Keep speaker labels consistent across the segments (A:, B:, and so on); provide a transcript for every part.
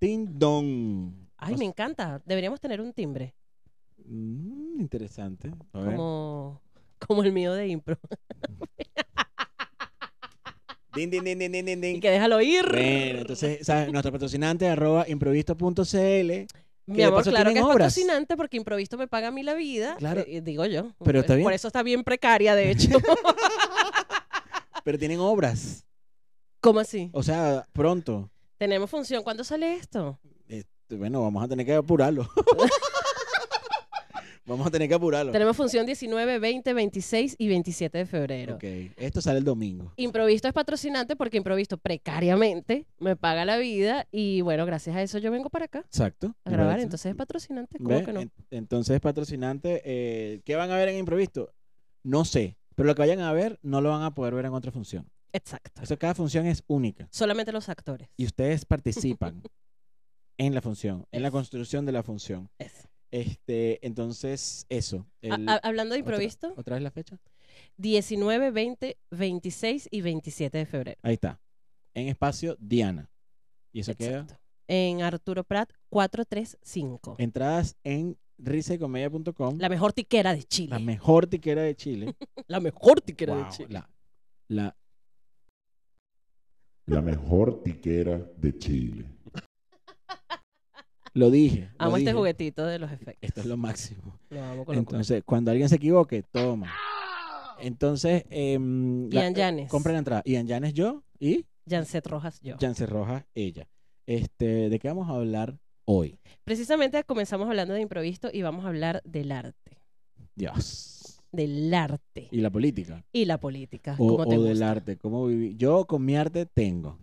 A: Ding dong.
B: Ay,
A: O
B: me encanta. Deberíamos tener un timbre.
A: Mm, interesante. A ver.
B: Como, como el mío de impro.
A: Din, din, din, din, din, din, din.
B: Y que déjalo ir.
A: Bueno, entonces, ¿sabes? Nuestro patrocinante arroba improvisto.cl.
B: Mi
A: que de
B: amor,
A: paso
B: claro que
A: tienen
B: es
A: obras.
B: patrocinante porque improviso me paga a mí la vida.
A: Claro.
B: eh, digo yo.
A: Pero está bien.
B: Por eso está bien precaria, de hecho.
A: Pero tienen obras.
B: ¿Cómo así?
A: O sea, pronto.
B: Tenemos función. ¿Cuándo sale esto?
A: Bueno, vamos a tener que apurarlo. vamos a tener que apurarlo.
B: Tenemos función 19, 20, 26 y 27 de febrero.
A: Ok, esto sale el domingo.
B: Improvisto es patrocinante porque Improvisto precariamente me paga la vida y bueno, gracias a eso yo vengo para acá
A: Exacto.
B: a
A: Me
B: grabar.
A: parece.
B: Entonces es patrocinante, ¿cómo
A: ¿Ve?
B: que no?
A: En- Entonces, patrocinante, eh, ¿qué van a ver en improvisto? No sé. Pero lo que vayan a ver no lo van a poder ver en otra función.
B: Exacto.
A: Eso, cada función es única.
B: Solamente los actores.
A: Y ustedes participan en la función, en la construcción de la función.
B: Eso.
A: Este, entonces, eso.
B: A-
A: El-
B: a- hablando de
A: otra-
B: Improvisto,
A: ¿Otra, vez la fecha?
B: 19, 20, 26 y 27 de febrero.
A: Ahí está. En espacio Diana. Y eso queda.
B: Exacto. En Arturo Prat 435.
A: Entradas en risaycomedia.com. La,
B: La mejor tiquera de Chile. La,
A: mejor tiquera de Chile.
B: mejor tiquera
A: Wow,
B: de Chile.
A: la, la-
C: La mejor tiquera de Chile.
A: lo dije. lo
B: Amo este
A: dije.
B: juguetito de los efectos.
A: Esto es lo máximo.
B: Lo amo con locura.
A: Entonces, cuando alguien se equivoque, toma. Entonces, em, la-
B: Ian Yanes.
A: compren la entrada. Ian Yanes yo y
B: Janset Rojas, yo.
A: Jancy Rojas ella. Este, ¿de qué vamos a hablar hoy?
B: Precisamente comenzamos hablando de improviso y vamos a hablar del arte.
A: Dios.
B: Del arte
A: Y la política.
B: y la política.
A: O,
B: como Ah, te
A: o del
B: gusta.
A: arte. ¿Cómo viví? Yo con mi arte tengo.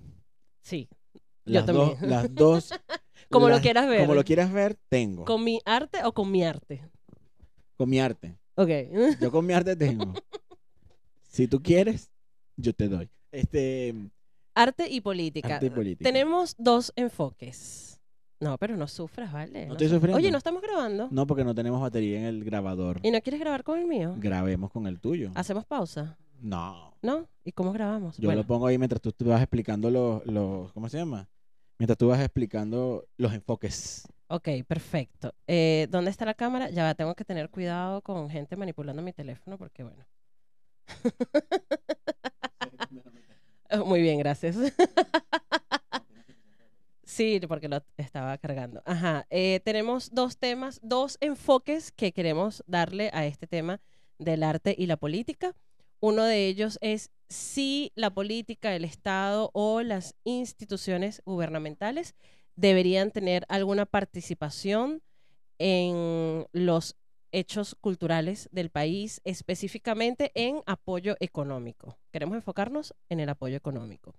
B: Sí. Yo
A: Las
B: también.
A: dos, las dos.
B: Como lo
A: las-
B: quieras ver.
A: Como lo quieras ver, tengo.
B: ¿Con mi arte o con mi arte?
A: Con mi arte.
B: Ok.
A: Yo con mi arte tengo. si tú quieres, yo te doy. Este,
B: Arte y política.
A: arte y política.
B: Tenemos dos enfoques. No, pero no sufras, ¿vale?
A: No
B: No
A: estoy
B: sufras.
A: sufriendo.
B: Oye, no estamos grabando.
A: No, porque no tenemos batería en el grabador.
B: ¿Y no quieres grabar con el mío?
A: Grabemos con el tuyo.
B: Hacemos pausa,
A: No.
B: ¿no? ¿Y cómo grabamos?
A: Yo
B: Bueno,
A: lo pongo ahí mientras tú, tú vas explicando los, los. ¿Cómo se llama? Mientras tú vas explicando los enfoques.
B: ok, perfecto. Eh, ¿Dónde está la cámara? Ya va, tengo que tener cuidado con gente manipulando mi teléfono porque, bueno. Muy bien, gracias. Sí, porque lo estaba cargando. Ajá. eh, tenemos dos temas, dos enfoques que queremos darle a este tema del arte y la política. Uno de ellos es si la política, el Estado o las instituciones gubernamentales deberían tener alguna participación en los hechos culturales del país, específicamente en apoyo económico. Queremos enfocarnos en el apoyo económico.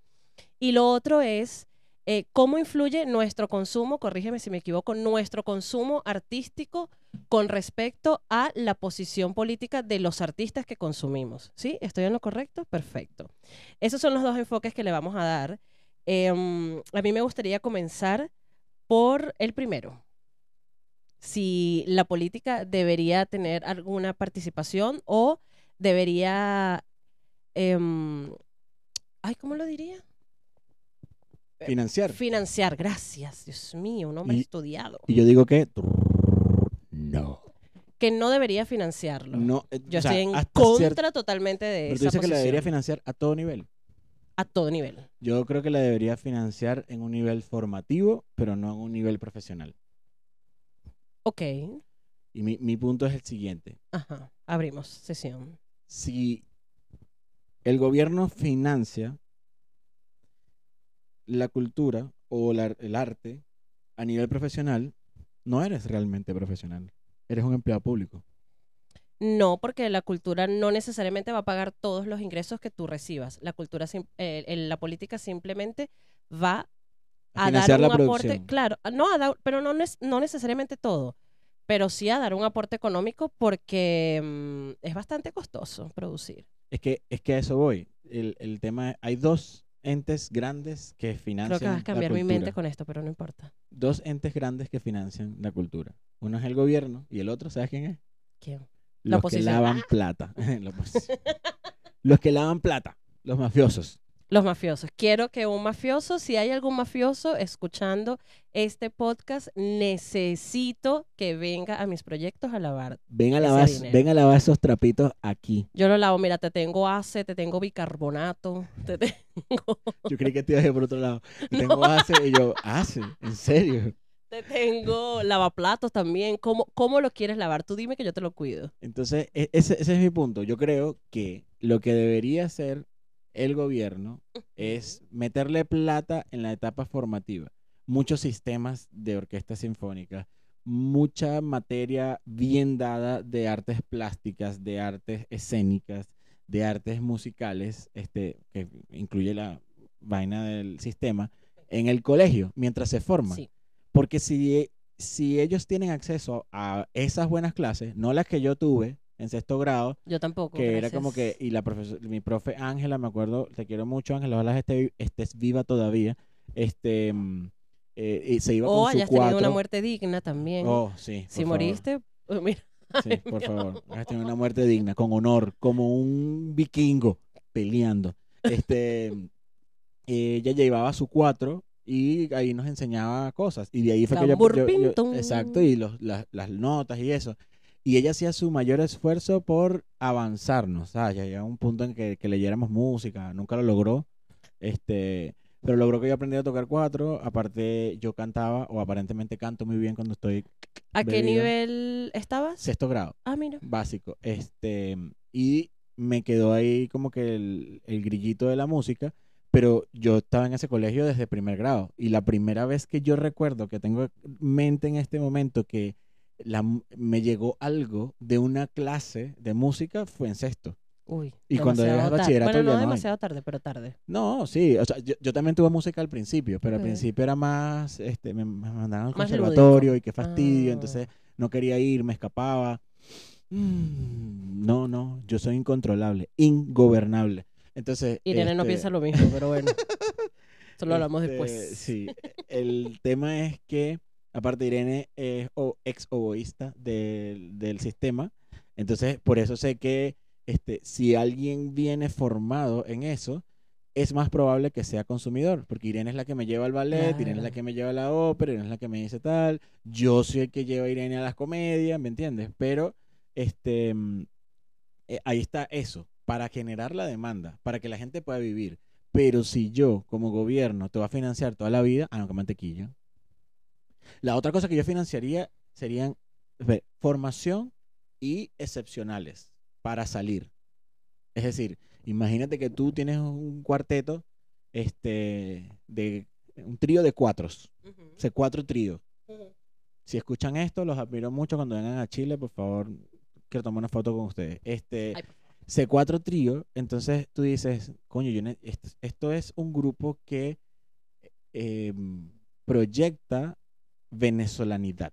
B: Y lo otro es eh, cómo influye nuestro consumo, corrígeme si me equivoco, nuestro consumo artístico con respecto a la posición política de los artistas que consumimos. ¿Sí? ¿Estoy en lo correcto? Perfecto. Esos son los dos enfoques que le vamos a dar. Em, a mí me gustaría comenzar por el primero. Si la política debería tener alguna participación o debería... em, ay, ¿cómo lo diría? Eh,
A: Financiar.
B: Financiar, gracias, Dios mío, un hombre
A: Y-
B: estudiado.
A: y yo digo que. No.
B: Que no debería financiarlo.
A: no eh,
B: Yo
A: o sea,
B: estoy en
A: hasta
B: contra
A: cier-
B: totalmente
A: Pero
B: de
A: tú
B: esa
A: dices que la debería
B: posición,
A: financiar a todo nivel.
B: a todo nivel.
A: Yo creo que la debería financiar en un nivel formativo, pero no en un nivel profesional.
B: Ok,
A: Y mi, mi punto es el siguiente.
B: ajá, abrimos sesión.
A: si el gobierno financia la cultura o la- el arte a nivel profesional, no eres realmente profesional. Eres un empleado público.
B: No, porque la cultura no necesariamente va a pagar todos los ingresos que tú recibas. La cultura, sim- eh, el- la política simplemente va
A: A
B: a dar
A: financiar
B: un
A: la
B: aporte,
A: producción.
B: claro, a- no a dar, pero no, nes- no necesariamente todo, pero sí a dar un aporte económico porque mm, es bastante costoso producir.
A: Es que, es que a eso voy. El, el tema, hay dos entes grandes que financian
B: Creo que vas a
A: Ah, la
B: cambiar mi
A: cultura.
B: mente con esto, pero no importa.
A: Dos entes grandes que financian la cultura. Uno es el gobierno y el otro, ¿sabes quién es?
B: ¿Quién? La
A: Los que
B: oposición.
A: lavan plata. La oposición. Los que lavan plata. Los mafiosos.
B: Los mafiosos. Quiero que un mafioso, si hay algún mafioso escuchando este podcast, necesito que venga a mis proyectos a lavar.
D: Ven a,
B: Ese
D: lavar,
B: dinero.
D: ven a lavar esos trapitos aquí.
B: Yo lo lavo, mira, te tengo ace, te tengo bicarbonato, te tengo,
D: Yo creí que te iba a ir por otro lado.
A: Yo tengo ACE y yo, ACE, en serio.
B: te tengo lavaplatos también. ¿Cómo, ¿Cómo lo quieres lavar? Tú dime que yo te lo cuido.
A: Entonces, e- ese, ese es mi punto. Yo creo que lo que debería hacer el gobierno es meterle plata en la etapa formativa. Muchos sistemas de orquesta sinfónica, mucha materia bien dada de artes plásticas, de artes escénicas, de artes musicales, este, que incluye la vaina del sistema, en el colegio, mientras se forman.
B: Sí.
A: Porque si, si ellos tienen acceso a esas buenas clases, no las que yo tuve en sexto grado,
B: Yo tampoco.
A: que era como que,
B: Oh, gracias.
A: y la profesora, mi profe Ángela, me acuerdo, te quiero mucho Ángela, ojalá esté vi- estés viva todavía, este, mm, eh, y se iba
B: O
A: con su
B: Oh, hayas
A: cuatro.
B: tenido una muerte digna también.
A: Oh, sí. por
B: si
A: favor.
B: moriste, pues mira,
A: Sí, por favor. Hayas tenido una muerte digna, con honor, como un vikingo peleando. Este, eh, ella llevaba su cuatro y ahí nos enseñaba cosas. Y de ahí fue que yo-
B: Tambor,
A: yo, yo-
B: pim, tum.
A: Exacto, y los- las, las notas y eso. Y ella hacía su mayor esfuerzo por avanzarnos. ¿sabes? Ya Llegaba un punto en que, que leyéramos música. Nunca lo logró. Este, pero logró que yo aprendiera a tocar cuatro. Aparte, yo cantaba, o aparentemente canto muy bien cuando estoy
B: ¿a qué
A: Bebida.
B: nivel estabas?
A: sexto grado
B: Ah, mira.
A: básico. Este, y me quedó ahí como que el, el grillito de la música, pero yo estaba en ese colegio desde primer grado. Y la primera vez que yo recuerdo que tengo mente en este momento que la, m- me llegó algo de una clase de música fue en sexto.
B: Uy.
A: Y cuando
B: demasiado
A: llegas a
B: tarde.
A: bachillerato
B: Bueno,
A: ya
B: no
A: no hay.
B: demasiado tarde, pero tarde.
A: No, sí, o sea, yo, yo también tuve música al principio, pero al
B: Ok.
A: principio era más, este, me, me mandaban al
B: Más
A: conservatorio
B: lúdico.
A: y qué fastidio,
B: Ah.
A: entonces no quería ir, me escapaba. Mm, no, no, yo soy incontrolable, ingobernable. Entonces,
B: Irene no
A: este,
B: piensa lo mismo, pero bueno. Eso lo hablamos
A: este,
B: después.
A: Sí, el tema es que, aparte, Irene es o- ex oboísta del, del sistema. Entonces, por eso sé que este, si alguien viene formado en eso, es más probable que sea consumidor, porque Irene es la que me lleva al ballet, Irene es la
B: Claro.
A: que me lleva a la ópera, Irene es la que me dice tal, yo soy el que lleva a Irene a las comedias, ¿me entiendes? Pero este, mm, eh, ahí está eso, para generar la demanda, para que la gente pueda vivir. Pero si yo, como gobierno, te voy a financiar toda la vida, ah, no, que mantequilla. La otra cosa que yo financiaría serían ve, formación y excepcionales para salir. Es decir, imagínate que tú tienes un cuarteto, este, de un trío de cuatros,
B: Ujú.
A: o sea, cuatro tríos.
B: Ujú.
A: Si escuchan esto, los admiro mucho cuando vengan a Chile, por favor, quiero tomar una foto con ustedes. Este,
B: Ay,
A: C4 trío, entonces tú dices, coño, yo ne- esto, esto es un grupo que eh, proyecta venezolanidad.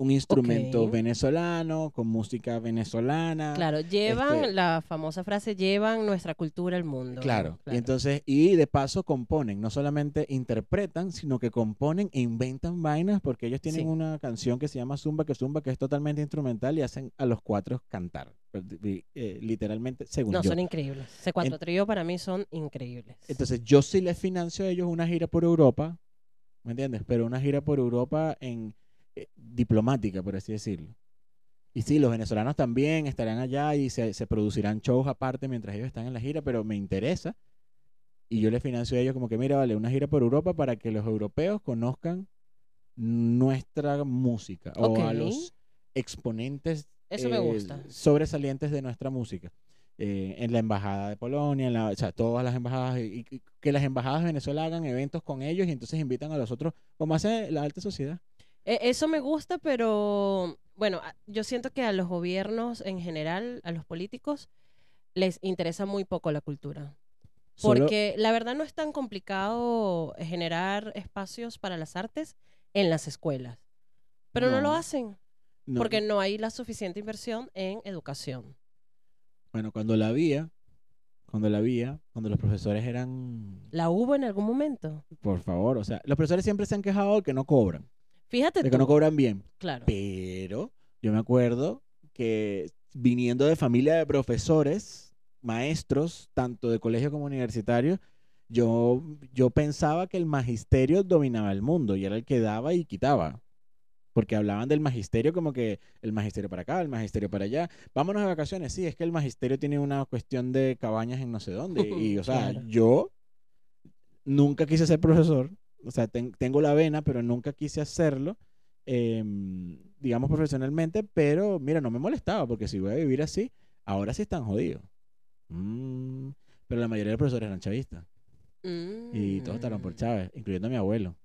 A: Un instrumento
B: Ok.
A: venezolano, con música venezolana.
B: Claro, llevan
A: Este-
B: la famosa frase, llevan nuestra cultura al mundo.
A: Claro. Y entonces, y de paso componen, no solamente interpretan, sino que componen e inventan vainas porque ellos tienen
B: Sí.
A: una canción que se llama Zumba, que Zumba, que es totalmente instrumental y hacen a los cuatro cantar, eh, literalmente, según
B: no,
A: yo.
B: son increíbles. c cuatro
A: En-
B: trío para mí son increíbles.
A: Entonces, yo sí les financio a ellos una gira por Europa, ¿me entiendes? Pero una gira por Europa en eh, diplomática, por así decirlo. Y sí, los venezolanos también estarán allá y se, se producirán shows aparte mientras ellos están en la gira, pero me interesa. Y yo les financio a ellos como que, mira, vale, una gira por Europa para que los europeos conozcan nuestra música o a
B: Ok.
A: los exponentes
B: Eso me
A: eh,
B: gusta.
A: sobresalientes de nuestra música. Eh, en la embajada de Polonia, en la- o sea, todas las embajadas, y, y que las embajadas de Venezuela hagan eventos con ellos y entonces invitan a los otros, como hace la alta sociedad.
B: E- Eso me gusta, pero bueno, a- yo siento que a los gobiernos en general, a los políticos, les interesa muy poco la cultura.
A: Solo-
B: Porque la verdad no es tan complicado generar espacios para las artes en las escuelas. Pero no, lo
A: No.
B: hacen,
A: no-
B: porque no hay la suficiente inversión en educación.
A: Bueno, cuando la había, cuando la había, cuando los profesores eran,
B: ¿La hubo en algún momento?
A: por favor, o sea, los profesores siempre se han quejado de que no cobran,
B: Fíjate
A: de
B: tú,
A: que no cobran bien,
B: claro.
A: pero yo me acuerdo que viniendo de familia de profesores, maestros, tanto de colegio como universitario, Yo, yo pensaba que el magisterio dominaba el mundo y era el que daba y quitaba. Porque hablaban del magisterio como que el magisterio para acá, el magisterio para allá. Vámonos de vacaciones. Sí, es que el magisterio tiene una cuestión de cabañas en no sé dónde. Y, o sea,
B: Claro.
A: yo nunca quise ser profesor. O sea, ten- tengo la vena, pero nunca quise hacerlo, em, digamos profesionalmente. Pero mira, no me molestaba porque si voy a vivir así, ahora sí están jodidos. Mm, pero la mayoría de los profesores eran chavistas. Y todos estaban por
B: Mm.
A: Chávez, incluyendo a mi abuelo.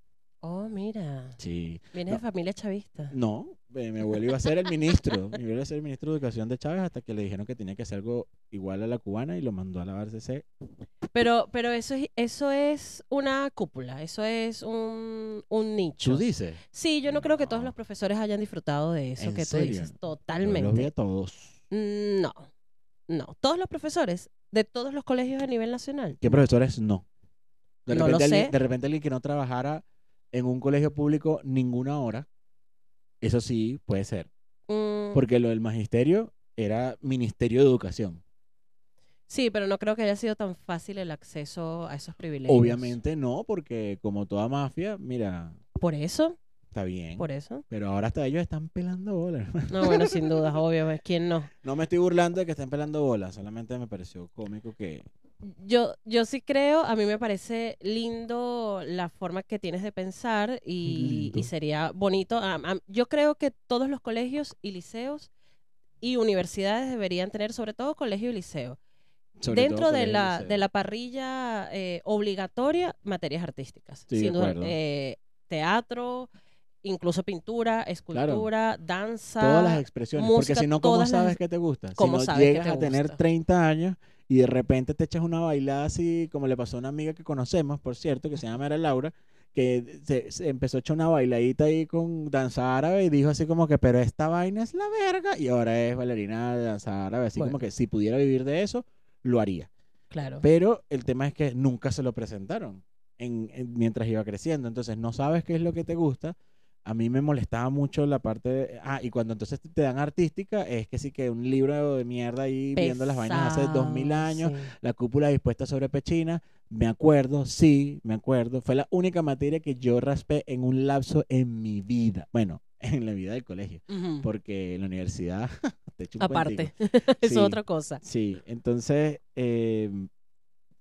B: Oh, mira.
A: Sí.
B: Vienes
A: No.
B: de familia chavista.
A: No, eh, mi abuelo iba a ser el ministro. Mi abuelo iba a ser el ministro de Educación de Chávez hasta que le dijeron que tenía que hacer algo igual a la cubana y lo mandó a lavarse ese.
B: Pero, pero eso es, eso es una cúpula, eso es un, un nicho.
A: ¿Tú dices?
B: Sí, yo no creo que todos
A: No.
B: los profesores hayan disfrutado de eso
A: ¿En
B: que
A: serio?
B: tú dices.
A: Yo los vi a
B: Totalmente.
A: todos.
B: Mm, No, no. Todos los profesores de todos los colegios a nivel nacional.
A: ¿Qué profesores no? De
B: No lo
A: repente, alguien,
B: sé.
A: de repente alguien que no trabajara en un colegio público ninguna hora, eso sí puede ser.
B: Mm,
A: Porque lo del magisterio era Ministerio de Educación.
B: Sí, pero no creo que haya sido tan fácil el acceso a esos privilegios.
A: Obviamente no, porque como toda mafia, mira,
B: Por eso,
A: está bien.
B: por eso.
A: Pero ahora hasta ellos están pelando bolas.
B: No, bueno, sin dudas, obvio, ¿quién no?
A: No me estoy burlando de que estén pelando bolas, solamente me pareció cómico que...
B: Yo, yo sí creo, a mí me parece lindo la forma que tienes de pensar y,
A: Lindo.
B: y sería bonito. Am- am- yo creo que todos los colegios y liceos y universidades deberían tener, sobre todo colegio y liceo,
A: sobre
B: dentro
A: todo
B: de,
A: colegio y
B: la,
A: liceo.
B: de la parrilla eh, obligatoria, materias artísticas.
A: Sí, de
B: Sin duda,
A: acuerdo.
B: eh, teatro, incluso pintura, escultura, danza.
A: Todas las expresiones, porque
B: música,
A: si no, ¿cómo
B: todas las-
A: sabes que te gusta? Si
B: ¿Cómo
A: no
B: sabes que
A: llegas
B: te
A: a tener
B: gusta?
A: 30 años y de repente te echas una bailada así, como le pasó a una amiga que conocemos, por cierto, que se llama Era Laura, que se, se empezó a echar una bailadita ahí con danza árabe y dijo así como que, pero esta vaina es la verga, y ahora es bailarina de danza árabe, así como
B: Bueno.
A: que si pudiera vivir de eso, lo haría.
B: Claro.
A: Pero el tema es que nunca se lo presentaron en- en- mientras iba creciendo. Entonces no sabes qué es lo que te gusta. A mí me molestaba mucho la parte de... Ah, y cuando entonces te dan artística, es que sí que un libro de mierda ahí viendo las vainas hace dos mil
B: Pesado,
A: años,
B: sí.
A: la cúpula dispuesta sobre Pechina. Me acuerdo, sí, me acuerdo. Fue la única materia que yo raspé en un lapso en mi vida. Bueno, en la vida del colegio.
B: Ujú.
A: Porque en la universidad... te echo un cuentico.
B: Aparte, eso es
A: Sí.
B: otra cosa.
A: Sí, entonces, eh,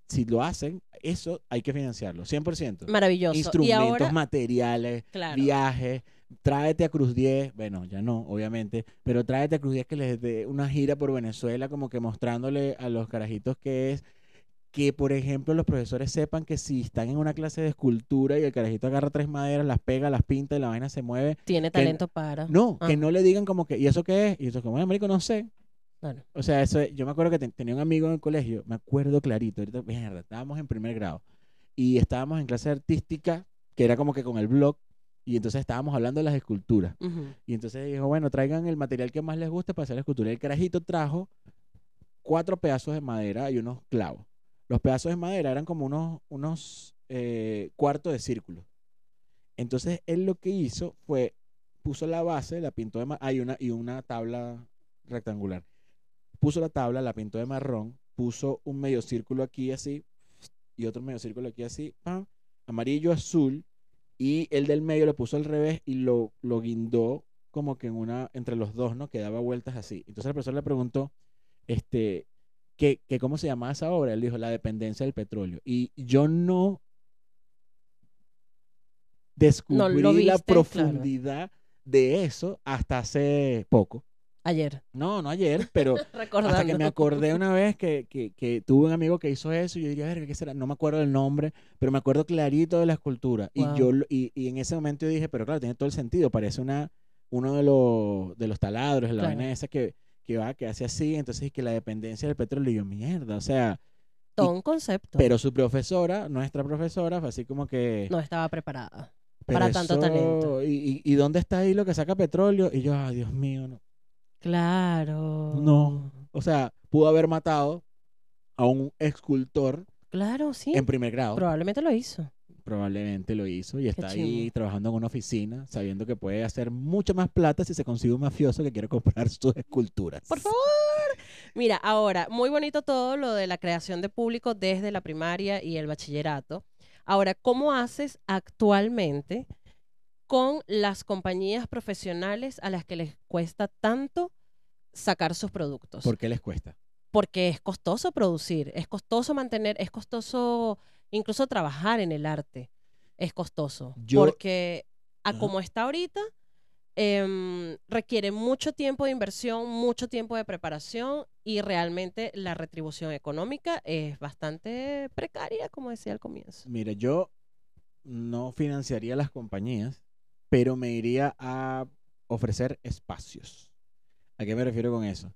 A: si lo hacen, eso hay que financiarlo, 100%.
B: Maravilloso. y
A: Instrumentos,
B: ahora,
A: materiales,
B: claro,
A: viajes, tráete a Cruz 10, bueno, ya no, obviamente, pero tráete a Cruz 10 que les dé una gira por Venezuela, como que mostrándole a los carajitos que es. Que, por ejemplo, los profesores sepan que si están en una clase de escultura y el carajito agarra tres maderas, las pega, las pinta y la vaina se mueve.
B: tiene talento para.
A: No,
B: Ah.
A: que no le digan como que, ¿y eso qué es? Y eso como, bueno, marico, no sé.
B: Claro.
A: O sea, eso, yo me acuerdo que ten- tenía un amigo en el colegio, me acuerdo clarito, ahorita, mierda, estábamos en primer grado y estábamos en clase artística, que era como que con el blog, y entonces estábamos hablando de las esculturas.
B: Ujú.
A: Y entonces dijo, bueno, traigan el material que más les guste para hacer la escultura. Y el carajito trajo cuatro pedazos de madera y unos clavos. Los pedazos de madera eran como unos, unos eh, cuartos de círculo. Entonces él lo que hizo fue, puso la base, la pintó de marrón, y una, y una tabla rectangular. Puso la tabla, la pintó de marrón, puso un medio círculo aquí así, y otro medio círculo aquí así, pam, amarillo, azul, y el del medio lo puso al revés y lo, lo guindó como que en una, entre los dos, ¿no? Que daba vueltas así. Entonces el profesor le preguntó, este, que, que cómo se llamaba esa obra. Él dijo, la dependencia del petróleo. Y yo no descubrí la
B: viste, claro.
A: profundidad de eso hasta hace poco.
B: Ayer,
A: No, no ayer, pero
B: recordando.
A: hasta que me acordé una vez que, que, que tuve un amigo que hizo eso y yo diría, verga, ¿qué será? No me acuerdo del nombre, pero me acuerdo clarito de la escultura.
B: Wow.
A: Y yo lo- y, y en ese momento yo dije, pero claro, tiene todo el sentido, parece una, uno de los, de los taladros, la
B: Claro.
A: vaina esa que, que va, que hace así, entonces que la dependencia del petróleo, y yo, mierda, o sea,
B: Todo un concepto.
A: pero su profesora, nuestra profesora, fue así como que...
B: no estaba preparada.
A: "Pero
B: para tanto talento".
A: Y, y, ¿Y dónde está ahí lo que saca petróleo? Y yo, ay, Dios mío, no.
B: Claro.
A: No. O sea, pudo haber matado a un escultor
B: Claro, sí.
A: en primer grado.
B: Probablemente lo hizo.
A: Probablemente lo hizo y está ahí
B: chimbo.
A: trabajando en una oficina, sabiendo que puede hacer mucho más plata si se consigue un mafioso que quiere comprar sus esculturas.
B: Por favor. Mira, ahora, muy bonito todo lo de la creación de público desde la primaria y el bachillerato. Ahora, ¿cómo haces actualmente con las compañías profesionales a las que les cuesta tanto sacar sus productos?
A: ¿Por qué les cuesta?
B: Porque es costoso producir, es costoso mantener, es costoso incluso trabajar en el arte. Es costoso.
A: Yo-
B: Porque a
A: Ajá.
B: como está ahorita, em, requiere mucho tiempo de inversión, mucho tiempo de preparación y realmente la retribución económica es bastante precaria, como decía al comienzo.
A: Mira, yo no financiaría las compañías, pero me iría a ofrecer espacios. ¿A qué me refiero con eso?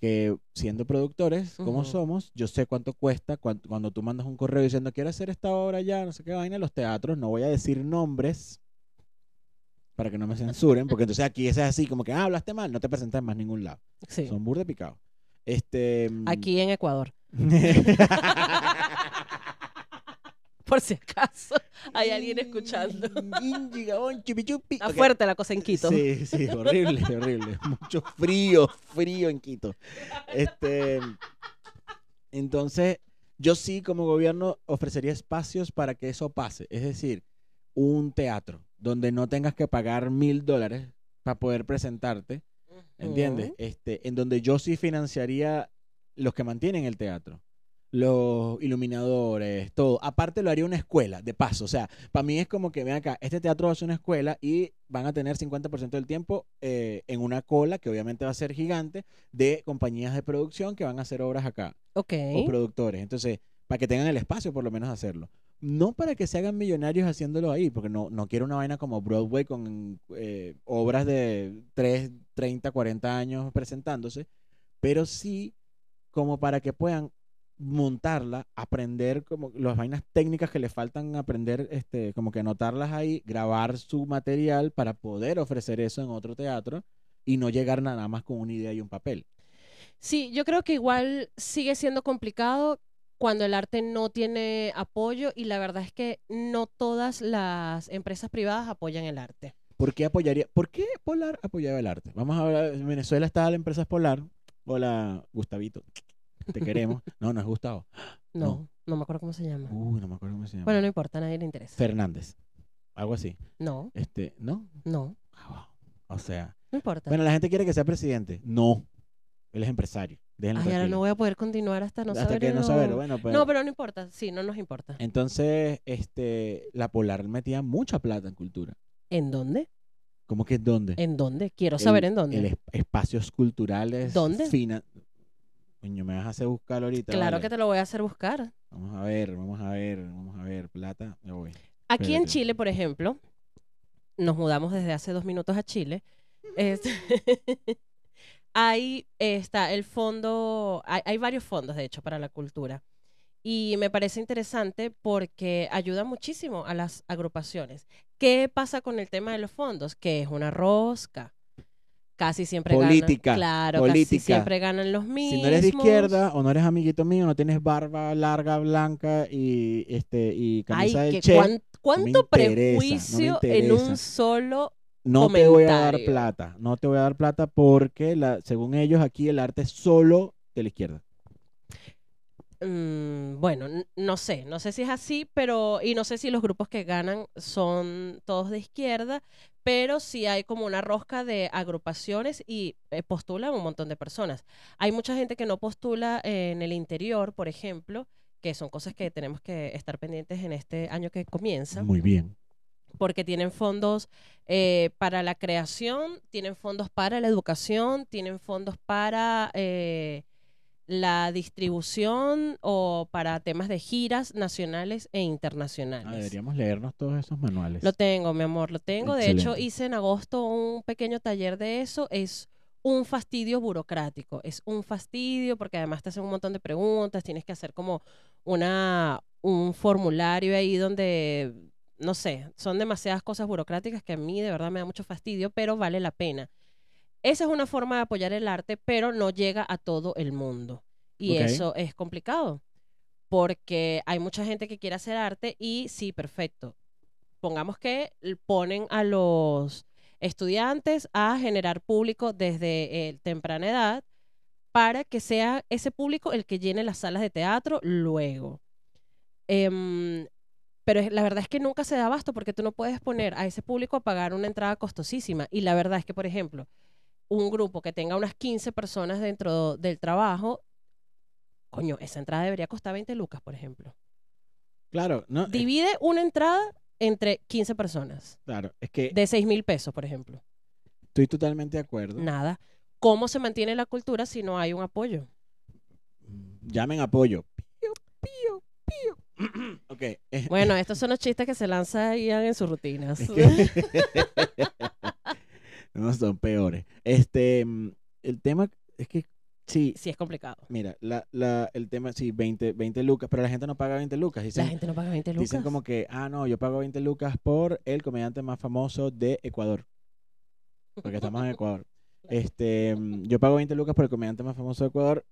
A: Que siendo productores, como
B: Ujú.
A: somos, yo sé cuánto cuesta cuan- cuando tú mandas un correo diciendo quiero hacer esta obra ya, no sé qué vaina, los teatros, no voy a decir nombres para que no me censuren, porque entonces aquí es así, como que ah, hablaste mal, no te presentas más ningún lado.
B: Sí.
A: Son burde picado. Este, mm,
B: Aquí en Ecuador, por si acaso hay alguien escuchando.
A: Mm, Indigabón, chupichupi.
B: Está
A: Ok.
B: fuerte la cosa en Quito.
A: Sí, sí, horrible, horrible. Mucho frío, frío en Quito. Este, entonces, yo sí como gobierno ofrecería espacios para que eso pase. Es decir, un teatro donde no tengas que pagar mil dólares para poder presentarte,
B: Ujú.
A: ¿entiendes? Este, en donde yo sí financiaría los que mantienen el teatro. Los iluminadores, todo. Aparte lo haría una escuela, de paso. O sea, para mí es como que, ven acá, este teatro va a ser una escuela y van a tener 50% del tiempo eh, en una cola, que obviamente va a ser gigante, de compañías de producción que van a hacer obras acá,
B: Ok.
A: o productores. Entonces, para que tengan el espacio por lo menos hacerlo. No para que se hagan millonarios haciéndolo ahí, porque no, no quiero una vaina como Broadway con eh, obras de 3, 30, 40 años presentándose, pero sí como para que puedan montarla, aprender como las vainas técnicas que les faltan aprender, este, como que anotarlas ahí, grabar su material para poder ofrecer eso en otro teatro y no llegar nada más con una idea y un papel.
B: Sí, yo creo que igual sigue siendo complicado cuando el arte no tiene apoyo y la verdad es que no todas las empresas privadas apoyan el arte.
A: ¿Por qué apoyaría? ¿Por qué Polar apoyaba el arte? Vamos a hablar. En Venezuela está la empresa Polar. Hola, Gustavito. Te queremos. No, no es Gustavo.
B: No,
A: No.
B: no me acuerdo cómo se llama.
A: Uy, no me acuerdo cómo se llama.
B: Bueno, no importa, a nadie le interesa.
A: Fernández. Algo así.
B: No,
A: Este, ¿no?
B: no,
A: Ah, wow. O sea.
B: no importa.
A: Bueno, la gente quiere que sea presidente. No. Él es empresario. Déjenlo
B: Ay, ahora
A: tranquilo.
B: no voy a poder continuar hasta no
A: Hasta
B: saber.
A: que no
B: lo-
A: saber. Bueno, pues. Eh. pero.
B: No, pero no importa, sí, no nos importa.
A: Entonces, este, la Polar metía mucha plata en cultura.
B: ¿En dónde?
A: ¿Cómo que dónde?
B: ¿En dónde? Quiero saber
A: el-
B: en dónde.
A: el es- espacios culturales.
B: ¿Dónde?
A: Fina... Coño, me vas a hacer buscar ahorita.
B: Claro
A: vale.
B: que te lo voy a hacer buscar.
A: Vamos a ver, vamos a ver, vamos a ver. Plata, ya voy.
B: Aquí en
A: Espérate.
B: Chile, por ejemplo, nos mudamos desde hace dos minutos a Chile. Es- hay está el fondo, hay, hay varios fondos, de hecho, para la cultura. Y me parece interesante porque ayuda muchísimo a las agrupaciones. ¿Qué pasa con el tema de los fondos? Que es una rosca. Casi siempre ganan-
A: Política,
B: Claro, casi
A: política.
B: siempre ganan los mismos.
A: Si no eres de izquierda o no eres amiguito mío, no tienes barba larga, blanca y este y
B: Ay,
A: camisa
B: que
A: de che,
B: cuán- ¿cuánto
A: interesa, no me
B: prejuicio en un
A: interesa.
B: solo
A: no te voy a dar
B: comentario.
A: plata. No te voy a dar plata porque la, según ellos aquí el arte es solo de la izquierda.
B: Mm, bueno, n- no sé, no sé si es así, pero y no sé si los grupos que ganan son todos de izquierda, pero sí hay como una rosca de agrupaciones y eh, postulan un montón de personas. Hay mucha gente que no postula en el interior, por ejemplo, que son cosas que tenemos que estar pendientes en este año que comienza
A: Muy bien.
B: porque tienen fondos eh, para la creación, tienen fondos para la educación, tienen fondos para eh, la distribución o para temas de giras nacionales e
A: Ah,
B: internacionales.
A: deberíamos leernos todos esos manuales.
B: Lo tengo, mi amor, lo tengo. De hecho,
A: Excelente.
B: hice en agosto un pequeño taller de eso. Es un fastidio burocrático, es un fastidio porque además te hacen un montón de preguntas, tienes que hacer como una, un formulario ahí donde, no sé, son demasiadas cosas burocráticas que a mí de verdad me da mucho fastidio, pero vale la pena. Esa es una forma de apoyar el arte, pero no llega a todo el mundo. Y
A: Ok.
B: eso es complicado, porque hay mucha gente que quiere hacer arte y sí, perfecto. Pongamos que l- ponen a los estudiantes a generar público desde eh, temprana edad para que sea ese público el que llene las salas de teatro luego. Em, pero es- la verdad es que nunca se da abasto porque tú no puedes poner a ese público a pagar una entrada costosísima. Y la verdad es que, por ejemplo, un grupo que tenga unas 15 personas dentro del trabajo, coño, esa entrada debería costar 20 lucas, por ejemplo.
A: Eh. Claro, no, eh, es-
B: Divide una entrada entre 15 personas
A: claro, es que
B: de 6 mil pesos, por ejemplo.
A: estoy totalmente de acuerdo.
B: Nada. ¿Cómo se mantiene la cultura si no hay un apoyo?
A: Llamen apoyo. Pío, pío, pío. ok. eh,
B: Bueno, estos son los chistes que se lanza Ian en sus rutinas.
A: Es que- no son peores. Este, mm, el tema es que sí,
B: Sí, es complicado.
A: mira, la, la- el tema sí 20, 20 lucas, pero la gente no paga 20 lucas,
B: La
A: dicen.
B: gente no paga 20 lucas.
A: Dicen como que, ah, no, yo pago 20 lucas por el comediante más famoso de Ecuador, porque estamos en Ecuador. Este, mm, yo pago 20 lucas por el comediante más famoso de Ecuador.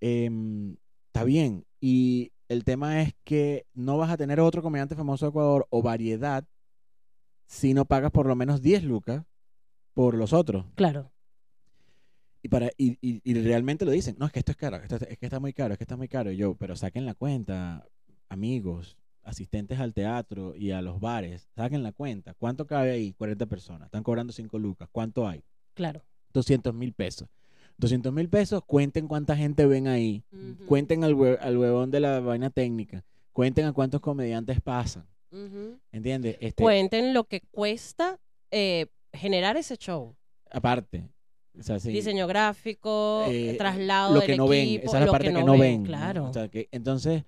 A: em, Está bien. Y el tema es que no vas a tener otro comediante famoso de Ecuador o variedad si no pagas por lo menos 10 lucas por los otros.
B: Claro.
A: Y, para, y, y- y realmente lo dicen. No, es que esto es caro, esto- es que está muy caro, es que está muy caro. Y yo, pero saquen la cuenta, amigos, asistentes al teatro y a los bares, saquen la cuenta. ¿Cuánto cabe ahí? 40 personas. Están cobrando 5 lucas. ¿Cuánto hay?
B: Claro.
A: 200 mil pesos. 200 mil pesos, cuenten cuánta gente ven ahí.
B: Ujú.
A: Cuenten al, hue- al huevón de la vaina técnica. Cuenten a cuántos comediantes pasan. ¿Entiendes? Este,
B: Cuenten lo que cuesta eh, generar ese show.
A: aparte. O sea, sí,
B: Diseño gráfico,
A: eh,
B: traslado
A: lo
B: del
A: que no ven.
B: equipo,
A: Esa es la
B: lo
A: parte que, no ven. ¿no?
B: Claro.
A: O sea, que- entonces,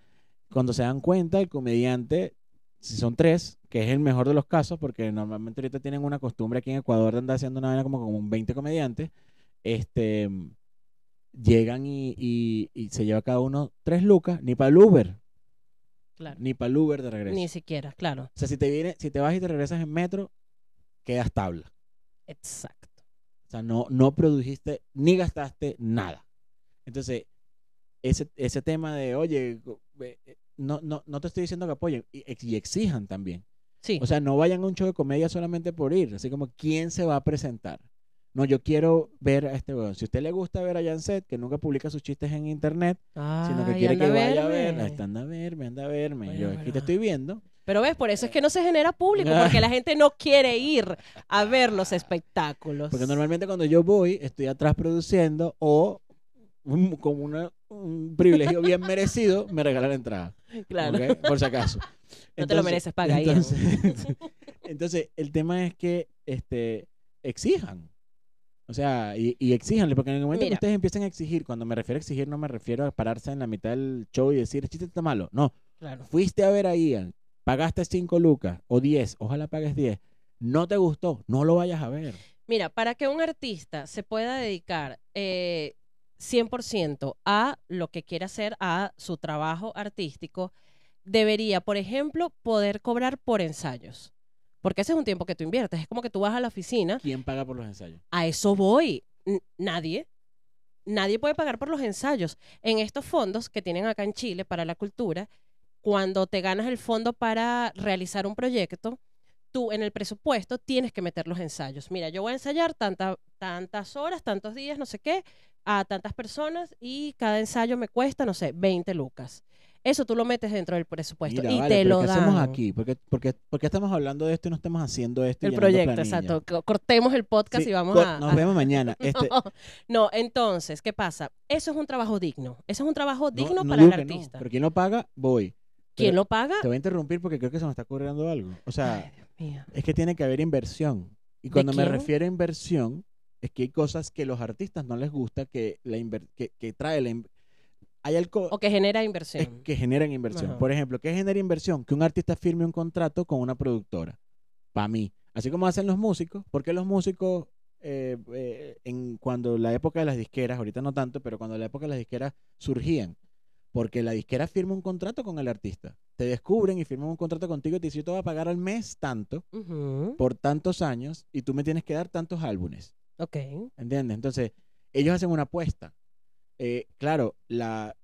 A: cuando se dan cuenta, el comediante, si son tres, que es el mejor de los casos, porque normalmente ahorita tienen una costumbre aquí en Ecuador de andar haciendo una vaina como con 20 comediantes, este, llegan y, y- y se lleva cada uno tres lucas, ni para el Uber,
B: claro.
A: ni para el Uber de regreso.
B: Ni siquiera, claro.
A: O sea, si te, viene, si te vas y te regresas en metro, quedas tabla.
B: Exacto.
A: O sea, no, no produjiste ni gastaste nada. Entonces, ese, ese tema de, oye, co- eh, eh, no, no, no te estoy diciendo que apoyen y, ex- y exijan también.
B: Sí.
A: O sea, no vayan a un show de comedia solamente por ir. Así como, ¿quién se va a presentar? No, yo quiero ver a este weón. Si a usted le gusta ver a Janset, que nunca publica sus chistes en internet, sino que
B: Ay,
A: quiere
B: anda
A: que vaya
B: verme.
A: a ver, "Ah, está, anda a verme, anda a verme.
B: Bueno,
A: yo aquí
B: pero-
A: te estoy viendo.
B: Pero ves, por eso es que no se genera público,
A: Ah.
B: porque la gente no quiere ir a ver los espectáculos.
A: Porque normalmente cuando yo voy, estoy atrás produciendo o mm, con una- un privilegio bien merecido, me regalan la entrada.
B: Claro.
A: ¿ok? Por si acaso.
B: No te lo mereces, paga, Ian.
A: Entonces, entonces, el tema es que este, exijan. O sea, y, y exíjanle, porque en el momento
B: Mira.
A: que ustedes empiecen a exigir, cuando me refiero a exigir, no me refiero a pararse en la mitad del show y decir, "El chiste está malo. No,
B: Claro.
A: fuiste a ver a Ian, pagaste 5 lucas o 10, ojalá pagues 10, no te gustó, no lo vayas a ver.
B: Mira, para que un artista se pueda dedicar eh, 100% a lo que quiere hacer, a su trabajo artístico, debería, por ejemplo, poder cobrar por ensayos. Porque ese es un tiempo que tú inviertes. Es como que tú vas a la oficina,
A: ¿Quién paga por los ensayos?
B: a eso voy. N- nadie. Nadie puede pagar por los ensayos. En estos fondos que tienen acá en Chile para la cultura, cuando te ganas el fondo para realizar un proyecto, tú en el presupuesto tienes que meter los ensayos. Mira, yo voy a ensayar tanta- tantas horas, tantos días, no sé qué, a tantas personas y cada ensayo me cuesta, no sé, 20 lucas. Eso tú lo metes dentro del presupuesto
A: Mira,
B: Pues, y
A: vale,
B: te
A: pero
B: lo
A: ¿qué
B: dan.
A: hacemos aquí? ¿Por qué, por qué- por qué estamos hablando de esto y no estamos haciendo esto? y
B: El
A: llenando
B: proyecto,
A: planillas?
B: exacto. Co- Cortemos el podcast
A: Sí,
B: y vamos
A: co-
B: a,
A: Nos
B: a-
A: vemos mañana. Este,
B: No, no, entonces, ¿qué pasa? Eso es un trabajo digno. Eso es un trabajo
A: no- no
B: digno para el
A: digo que no,
B: artista.
A: pero quien lo paga, voy.
B: ¿Quién
A: pero-
B: lo paga?
A: Te voy a interrumpir porque creo que se me está ocurriendo algo. O sea,
B: Ay, Dios mío.
A: es que tiene que haber inversión. Y
B: ¿De
A: cuando me
B: quién?
A: refiero a inversión, es que hay cosas que los artistas no les gusta que, la inver- que, que trae la... in- Hay algo
B: O que genera
A: es
B: inversión.
A: que generan inversión.
B: Ajá.
A: Por ejemplo, ¿qué genera inversión? Que un artista firme un contrato con una productora. Para mí. Así como hacen los músicos, porque los músicos, eh, eh, en cuando la época de las disqueras, ahorita no tanto, pero cuando la época de las disqueras surgían, porque la disquera firma un contrato con el artista. Te descubren y firman un contrato contigo y te dicen, yo te voy a pagar al mes tanto,
B: Ujú,
A: por tantos años, y tú me tienes que dar tantos álbumes.
B: Ok.
A: ¿Entiendes? Entonces, ellos hacen una apuesta. Eh, claro, la,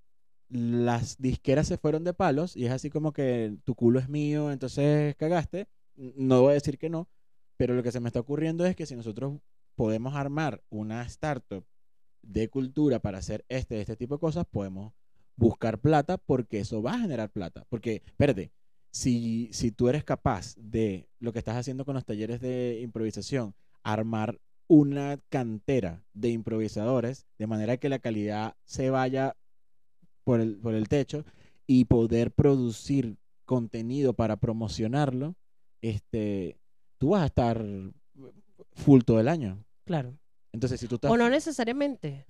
A: las disqueras se fueron de palos y es así como que tu culo es mío, entonces cagaste. N- No voy a decir que no, pero lo que se me está ocurriendo es que si nosotros podemos armar una startup de cultura para hacer este, este tipo de cosas, podemos buscar plata porque eso va a generar plata. Porque, espérate, si, si tú eres capaz de lo que estás haciendo con los talleres de improvisación, armar una cantera de improvisadores de manera que la calidad se vaya por el, por el techo y poder producir contenido para promocionarlo, este, tú vas a estar full todo el año.
B: Claro.
A: Entonces, si tú estás...
B: O no necesariamente.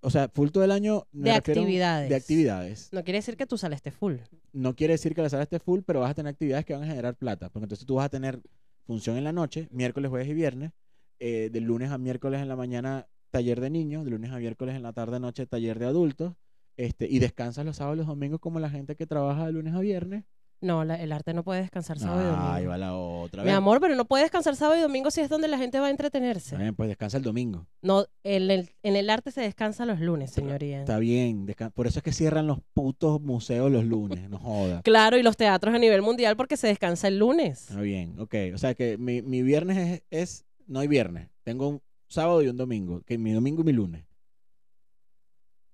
A: O sea, full todo el año... me
B: De
A: refiero-
B: actividades.
A: De actividades.
B: No quiere decir que tú sales full.
A: No quiere decir que la sala esté full, pero vas a tener actividades que van a generar plata. Porque entonces tú vas a tener función en la noche, miércoles, jueves y viernes. eh, de lunes a miércoles en la mañana, taller de niños. De lunes a miércoles en la tarde, noche, taller de adultos. Este, y descansas los sábados y los domingos como la gente que trabaja de lunes a viernes.
B: No, la- el arte no puede descansar sábado y domingo.
A: Ahí va la otra
B: Mi
A: vez.
B: amor, pero no puede descansar sábado y domingo si es donde la gente va a entretenerse.
A: Está bien, pues descansa el domingo.
B: No, en el, en el arte se descansa los lunes,
A: Pero
B: señoría.
A: Está bien. descan- Por eso es que cierran los putos museos los lunes. No joda.
B: Claro, y los teatros a nivel mundial porque se descansa el lunes.
A: Está bien, ok. O sea que mi, mi viernes es, es- No hay viernes. Tengo un sábado y un domingo. Que mi domingo y mi lunes.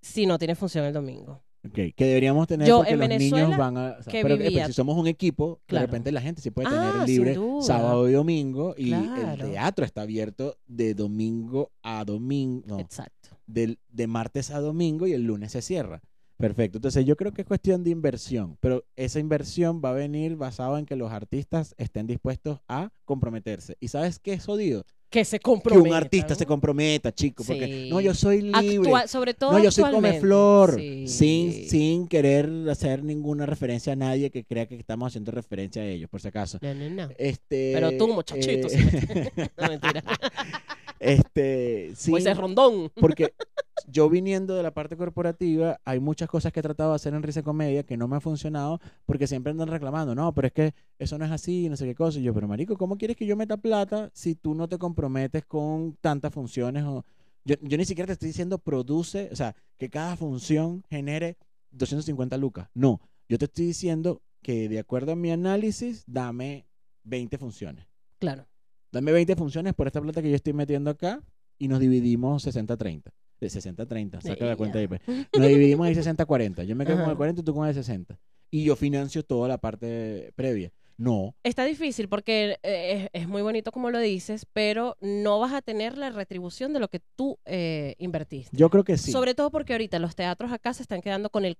B: Si no tiene función el domingo.
A: Ok. Que deberíamos tener
B: Yo,
A: porque
B: en
A: los
B: Venezuela,
A: niños van a. o sea,
B: que
A: pero, que- pero
B: vivía-
A: si somos un equipo,
B: Claro.
A: de repente la gente sí puede
B: Ah,
A: tener
B: sin
A: libre
B: duda.
A: sábado y domingo. Y el
B: Claro.
A: teatro está abierto de domingo a domingo. no,
B: Exacto.
A: del- de martes a domingo y el lunes se cierra. Perfecto. Entonces yo creo que es cuestión de inversión, pero esa inversión va a venir basado en que los artistas estén dispuestos a comprometerse. ¿Y sabes qué es jodido?
B: Que se
A: Que
B: comprometa.
A: un artista se comprometa, chico, porque
B: Sí.
A: no, yo soy libre.
B: sobre todo
A: No, yo soy
B: actualmente.
A: comeflor,
B: Sí.
A: sin, sin querer hacer ninguna referencia a nadie que crea que estamos haciendo referencia a ellos, por si acaso.
B: No, no, no.
A: Este,
B: Pero tú, muchachito,
A: eh,
B: sí me- No, mentira.
A: este, sin-
B: Moisés Rondón.
A: Porque yo viniendo de la parte corporativa, hay muchas cosas que he tratado de hacer en Risa y Comedia que no me han funcionado porque siempre andan reclamando, no, pero es que eso no es así, no sé qué cosa. Y yo, pero marico, ¿cómo quieres que yo meta plata si tú no te comprometes con tantas funciones? O... Yo, yo ni siquiera te estoy diciendo produce, o sea, que cada función genere 250 lucas. No, yo te estoy diciendo que de acuerdo a mi análisis, dame 20 funciones.
B: Claro.
A: Dame 20 funciones por esta plata que yo estoy metiendo acá y nos dividimos 60-30. De 60-30, saca la cuenta ahí. pues. Nos dividimos ahí 60-40. Yo me quedo con
B: Ajá.
A: el 40 y tú con el 60. Y yo financio toda la parte previa. No,
B: Está difícil porque eh, es, es muy bonito como lo dices, pero no vas a tener la retribución de lo que tú eh, invertiste.
A: yo creo que sí.
B: Sobre todo porque ahorita los teatros acá se están quedando con el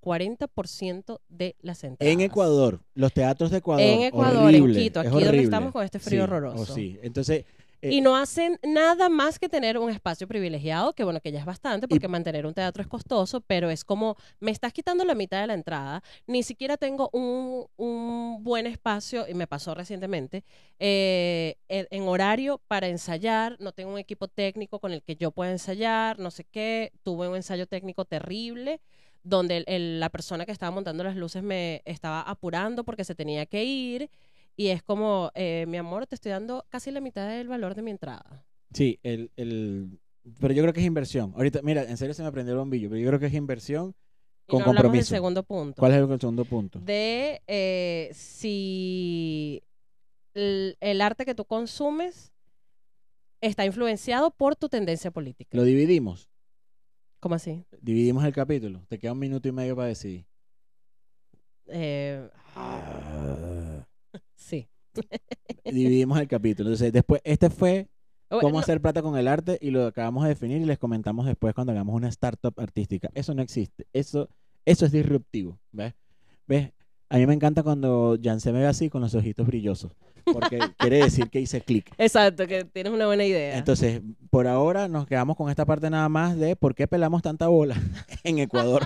B: 40% de las entradas.
A: En Ecuador, los teatros de Ecuador.
B: En Ecuador,
A: horrible,
B: en Quito,
A: es
B: aquí donde
A: horrible.
B: estamos con este frío
A: Sí,
B: horroroso.
A: o sí. Entonces, eh,
B: Y no hacen nada más que tener un espacio privilegiado, que bueno, que ya es bastante, porque mantener un teatro es costoso, pero es como, me estás quitando la mitad de la entrada, ni siquiera tengo un, un buen espacio, y me pasó recientemente, eh, en, en horario para ensayar, no tengo un equipo técnico con el que yo pueda ensayar, no sé qué, tuve un ensayo técnico terrible donde el- el- la persona que estaba montando las luces me estaba apurando porque se tenía que ir. Y es como, eh, mi amor, te estoy dando casi la mitad del valor de mi entrada.
A: Sí, el, el- Pero yo creo que es inversión. Ahorita, mira, en serio se me prendió el bombillo, pero yo creo que es inversión
B: Y
A: con
B: no hablamos del
A: compromiso.
B: segundo punto.
A: ¿Cuál es el segundo punto?
B: De eh, si el, el arte que tú consumes está influenciado por tu tendencia política.
A: Lo dividimos.
B: ¿Cómo así?
A: Dividimos el capítulo. Te queda un minuto y medio para decidir.
B: Eh,
A: Ah.
B: sí.
A: Dividimos el capítulo. Entonces, después, este fue
B: O-
A: cómo
B: no,
A: hacer plata con el arte y lo acabamos de definir y les comentamos después cuando hagamos una startup artística. Eso no existe. Eso, eso es disruptivo. ¿Ves? ¿Ves? A mí me encanta cuando Jan se me ve así con los ojitos brillosos. Porque quiere decir que hice clic.
B: Exacto, que tienes una buena idea.
A: Entonces, por ahora nos quedamos con esta parte nada más de por qué pelamos tanta bola en Ecuador.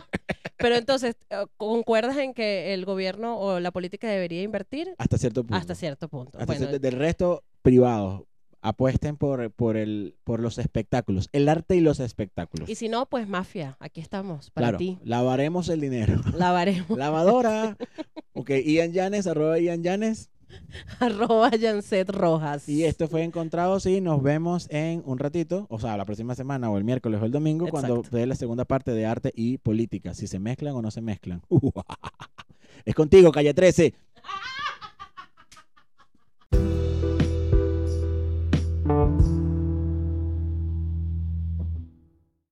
B: Pero entonces, eh, ¿concuerdas en que el gobierno o la política debería invertir
A: Hasta cierto punto.
B: hasta cierto punto?
A: Hasta
B: Bueno,
A: cierto- del resto, privados. Apuesten por, por, el, por los espectáculos. El arte y los espectáculos.
B: y si no, pues mafia, aquí estamos, para
A: claro,
B: ti.
A: lavaremos el dinero.
B: Lavaremos
A: Lavadora. ok, Ian Yanes, arroba Ian Yanes.
B: arroba Janset Rojas.
A: Y esto fue Encontrado, sí. Nos vemos en un ratito, o sea, la próxima semana, o el miércoles o el domingo, cuando
B: Exacto.
A: dé la segunda parte de arte y política. Si se mezclan o no se mezclan. es contigo, Calle 13.